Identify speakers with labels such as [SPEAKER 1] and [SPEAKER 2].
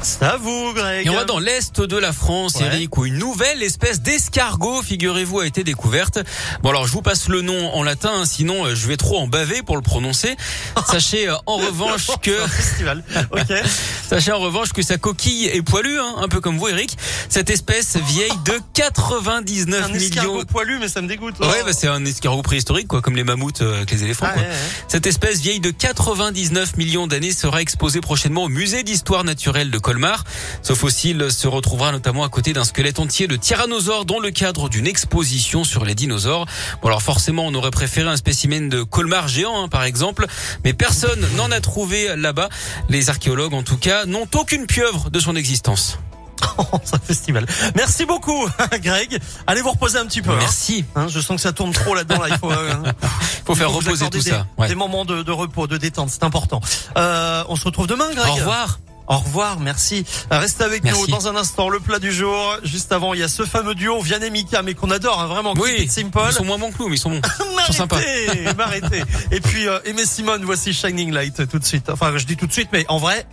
[SPEAKER 1] Ça vous, Greg
[SPEAKER 2] Et on va dans l'est de la France,
[SPEAKER 1] Ouais.
[SPEAKER 2] Eric, où une nouvelle espèce d'escargot, figurez-vous, a été découverte. Bon, alors je vous passe le nom en latin, hein, sinon euh, je vais trop en baver pour le prononcer. Sachez euh, en revanche que,
[SPEAKER 1] C'est Oh, un festival. Ok.
[SPEAKER 2] sachez en revanche que sa coquille est poilue, hein, un peu comme vous, Eric. Cette espèce vieille de 99
[SPEAKER 1] un escargot
[SPEAKER 2] millions.
[SPEAKER 1] poilu, mais ça me dégoûte. Oh.
[SPEAKER 2] Ouais, bah, c'est un escargot préhistorique, quoi, comme les mammouths euh, avec les éléphants.
[SPEAKER 1] Ah,
[SPEAKER 2] quoi.
[SPEAKER 1] ouais, ouais.
[SPEAKER 2] Cette espèce vieille de 99 millions d'années sera exposée prochainement au musée d'histoire naturelle de Colmar. Ce fossile se retrouvera notamment à côté d'un squelette entier de tyrannosaure dans le cadre d'une exposition sur les dinosaures. Bon alors forcément on aurait préféré un spécimen de Colmar géant hein, par exemple, mais personne n'en a trouvé là-bas. Les archéologues en tout cas n'ont aucune pieuvre de son existence.
[SPEAKER 1] Oh, c'est un festival. Merci beaucoup, Greg. Allez vous reposer un petit peu. hein.
[SPEAKER 2] Merci.
[SPEAKER 1] Hein, je sens que ça tourne trop là-dedans. Là. Il faut, euh,
[SPEAKER 2] Faut faire
[SPEAKER 1] faut vous
[SPEAKER 2] reposer
[SPEAKER 1] accorder
[SPEAKER 2] tout
[SPEAKER 1] des,
[SPEAKER 2] ça. Ouais.
[SPEAKER 1] Des moments de, de repos, de détente, c'est important. Euh, on se retrouve demain, Greg.
[SPEAKER 2] Au revoir.
[SPEAKER 1] Au revoir, merci. Euh, Restez avec
[SPEAKER 2] Merci.
[SPEAKER 1] nous dans un instant. Le plat du jour. Juste avant, il y a ce fameux duo Vianney Mika, mais qu'on adore hein, vraiment. Keep
[SPEAKER 2] Oui,
[SPEAKER 1] it simple.
[SPEAKER 2] ils sont moins bons que nous, mais ils sont bons. sont sympas.
[SPEAKER 1] M'arrêtez, m'arrêtez. Et puis euh, Aimé Simone, voici Shining Light tout de suite. Enfin, je dis tout de suite, mais en vrai,